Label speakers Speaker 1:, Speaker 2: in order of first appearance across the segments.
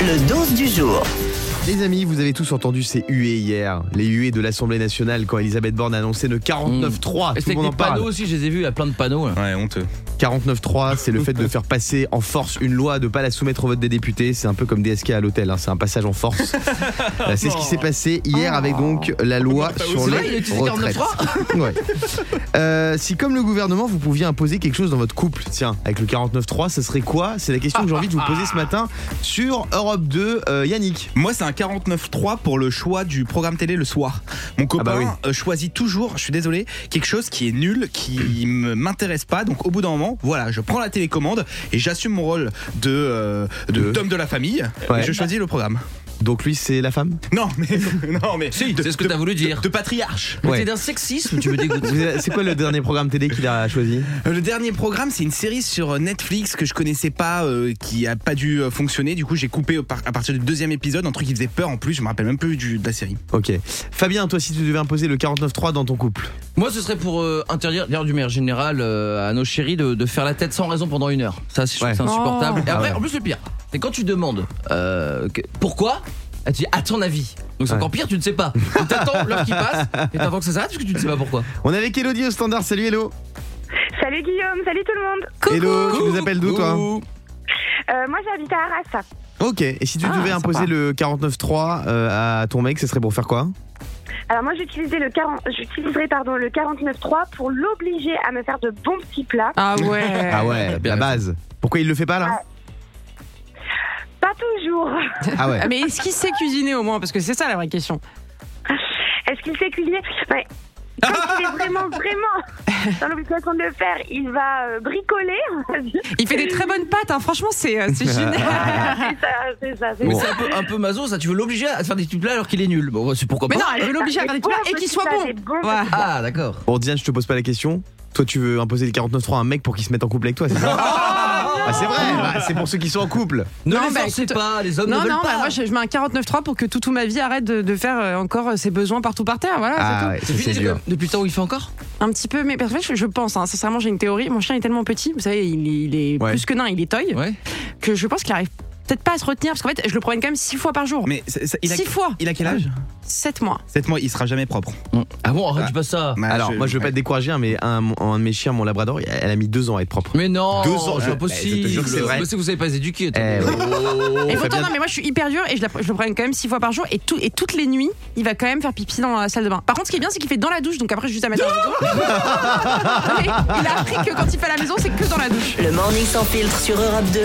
Speaker 1: Le 12 du jour.
Speaker 2: Les amis, vous avez tous entendu ces huées hier, les huées de l'Assemblée nationale quand Elisabeth Borne a annoncé le 49-3.
Speaker 3: Et
Speaker 2: Ah, Tout le
Speaker 3: c'est que
Speaker 2: monde
Speaker 3: les
Speaker 2: en parle.
Speaker 3: panneaux aussi, je les ai vus, il y a plein de panneaux. hein. là.
Speaker 4: Ouais, honteux.
Speaker 2: 49.3, c'est le fait de faire passer en force une loi, de pas la soumettre au vote des députés. C'est un peu comme DSK à l'hôtel, hein, c'est un passage en force. Euh, c'est ce qui s'est passé hier
Speaker 3: Oh.
Speaker 2: avec donc la loi sur
Speaker 3: C'est vrai,
Speaker 2: les
Speaker 3: il a utilisé
Speaker 2: retraites.
Speaker 3: 49.3.
Speaker 2: Ouais. Euh, si comme le gouvernement, vous pouviez imposer quelque chose dans votre couple, tiens, avec le 49.3, ce serait quoi C'est la question que j'ai envie de vous poser ce matin sur Europe 2, euh, Yannick.
Speaker 4: Moi, c'est un 49.3 pour le choix du programme télé le soir.
Speaker 3: Ah
Speaker 4: Mon copain
Speaker 2: bah oui.
Speaker 4: euh, choisit toujours, je suis désolé, quelque chose qui est nul, qui me m'intéresse pas. Donc, au bout d'un moment, voilà, je prends la télécommande et j'assume mon rôle de, euh, de
Speaker 2: De-
Speaker 4: d'homme de la famille.
Speaker 2: Ouais.
Speaker 4: Et je choisis le programme.
Speaker 2: Donc lui, c'est la femme
Speaker 4: Non, mais non, mais
Speaker 3: Si,
Speaker 4: de-
Speaker 3: c'est ce que
Speaker 4: de-
Speaker 3: t'as voulu dire.
Speaker 4: de- de patriarche.
Speaker 3: Mais
Speaker 2: Ouais.
Speaker 3: T'es d'un sexisme, tu me dégoûtes.
Speaker 2: Vous avez- C'est quoi le dernier programme télé qu'il a choisi
Speaker 4: Euh, Le dernier programme, c'est une série sur euh, Netflix que je connaissais pas, euh, qui a pas dû euh, fonctionner. Du coup, j'ai coupé au par- à partir du deuxième épisode, un truc qui faisait peur en plus. Je me rappelle même plus du- de la série.
Speaker 2: Ok. Fabien, toi, si tu devais imposer le 49.3 dans ton couple,
Speaker 3: Moi, ce serait pour euh, interdire, dire du maire général euh, à nos chéris de, de faire la tête sans raison pendant une heure. Ça, c'est je trouve
Speaker 2: Ouais.
Speaker 3: que c'est insupportable. Et après,
Speaker 2: Ah ouais.
Speaker 3: en plus, le pire, c'est quand tu demandes euh, que- pourquoi, elle te dit à ton avis. Donc, c'est encore pire, tu ne sais pas. Donc, T'attends l'heure qui passe et t'attends que ça s'arrête parce que tu ne sais pas pourquoi.
Speaker 2: on est avec Elodie au standard. Salut Hello.
Speaker 5: Salut Guillaume, salut tout le monde.
Speaker 2: Hello, tu nous appelles d'où toi
Speaker 3: Coucou.
Speaker 5: Euh, moi j'habite à Arras.
Speaker 2: Ok. Et si tu
Speaker 3: Ah,
Speaker 2: devais
Speaker 3: sympa.
Speaker 2: imposer le 49.3 euh, à ton mec, ce serait pour faire quoi
Speaker 5: Alors moi j'utilisais le 40 j'utiliserai pardon le 49.3 pour l'obliger à me faire de bons petits plats.
Speaker 6: Ah
Speaker 3: Euh,
Speaker 6: ouais.
Speaker 2: Ah ouais,
Speaker 3: bien
Speaker 2: la
Speaker 3: raison.
Speaker 2: base. Pourquoi il le fait pas là
Speaker 5: Pas toujours.
Speaker 2: Ah ouais.
Speaker 6: Ah, Mais est-ce qu'il sait cuisiner au moins Parce que c'est ça la vraie question.
Speaker 5: Est-ce qu'il sait cuisiner Ouais. Quand il est vraiment vraiment dans l'obligation de le faire, il va euh, bricoler.
Speaker 6: Il fait des très bonnes pâtes, hein. franchement, c'est euh, c'est
Speaker 2: Ah,
Speaker 6: génial.
Speaker 5: c'est ça, c'est ça. c'est
Speaker 3: Mais
Speaker 5: ça.
Speaker 3: c'est un peu, un peu maso, ça. Tu veux l'obliger à te faire des petits plats alors qu'il est nul. Bon, c'est pourquoi pas.
Speaker 6: Mais non, elle veut l'obliger Ah, à faire des trucs
Speaker 5: Des
Speaker 6: et qu'il
Speaker 5: petits
Speaker 6: soit
Speaker 5: plats,
Speaker 6: bon.
Speaker 5: des bons
Speaker 6: Voilà.
Speaker 3: Ah, d'accord.
Speaker 2: Bon, Diane, je te pose pas la question. Toi, tu veux imposer le 49.3 à un mec pour qu'il se mette en couple avec toi, c'est ça Ah, c'est vrai. bah, c'est pour ceux qui sont en couple.
Speaker 3: Ne
Speaker 6: Non,
Speaker 3: les
Speaker 6: bah,
Speaker 3: forcez
Speaker 6: écoute-
Speaker 3: pas, les hommes ne
Speaker 6: Non,
Speaker 3: veulent
Speaker 6: non,
Speaker 3: pas.
Speaker 6: bah, moi je, je mets un 49.3 pour que tout, tout ma vie arrête de, de faire euh, encore euh, ses besoins partout par terre. Voilà, c'est
Speaker 2: Ah
Speaker 6: tout.
Speaker 2: ouais, ça,
Speaker 3: C'est
Speaker 2: c'est
Speaker 3: fini,
Speaker 2: dur.
Speaker 3: depuis- depuis le temps où il fait encore
Speaker 6: Un petit peu, mais parce que je, je pense, hein, sincèrement, j'ai une théorie. Mon chien est tellement petit, vous savez, il, est- il est
Speaker 2: Ouais.
Speaker 6: plus que nain, il est toy,
Speaker 3: Ouais.
Speaker 6: que je pense qu'il arrive peut-être pas à se retenir. Parce qu'en fait, je le promène quand même 6 fois par jour.
Speaker 4: Mais ça- ça- il, a,
Speaker 6: Six fois
Speaker 4: il a quel âge
Speaker 6: 7 mois.
Speaker 4: 7 mois, il sera jamais propre.
Speaker 3: Ah bon, arrête, dis pas ça.
Speaker 4: Bah,
Speaker 2: Alors, moi, je veux pas te décourager, hein, mais un, un de mes chiens, mon Labrador, elle a mis deux ans à être propre.
Speaker 3: Mais non,
Speaker 2: Deux ans,
Speaker 3: c'est
Speaker 2: Ah, bah, je-
Speaker 3: impossible.
Speaker 2: je te jure que c'est vrai.
Speaker 3: Mais c'est que vous savez pas éduqué. attends.
Speaker 2: Eh ouais.
Speaker 6: Et
Speaker 2: Oh,
Speaker 6: pourtant,
Speaker 2: Fabien-
Speaker 6: non, mais moi je suis hyper dure et je, la- je le prends quand même six fois par jour et, tout, et toutes les nuits, il va quand même faire pipi dans la salle de bain. Par contre, ce qui est bien, c'est qu'il fait dans la douche, donc après, je juste à mettre dans le dos. Non, mais Il a appris que quand il fait à la maison, c'est que dans la douche.
Speaker 1: Le morning sans filtre sur Europe 2.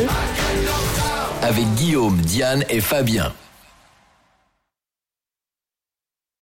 Speaker 7: avec Guillaume, Diane et Fabien.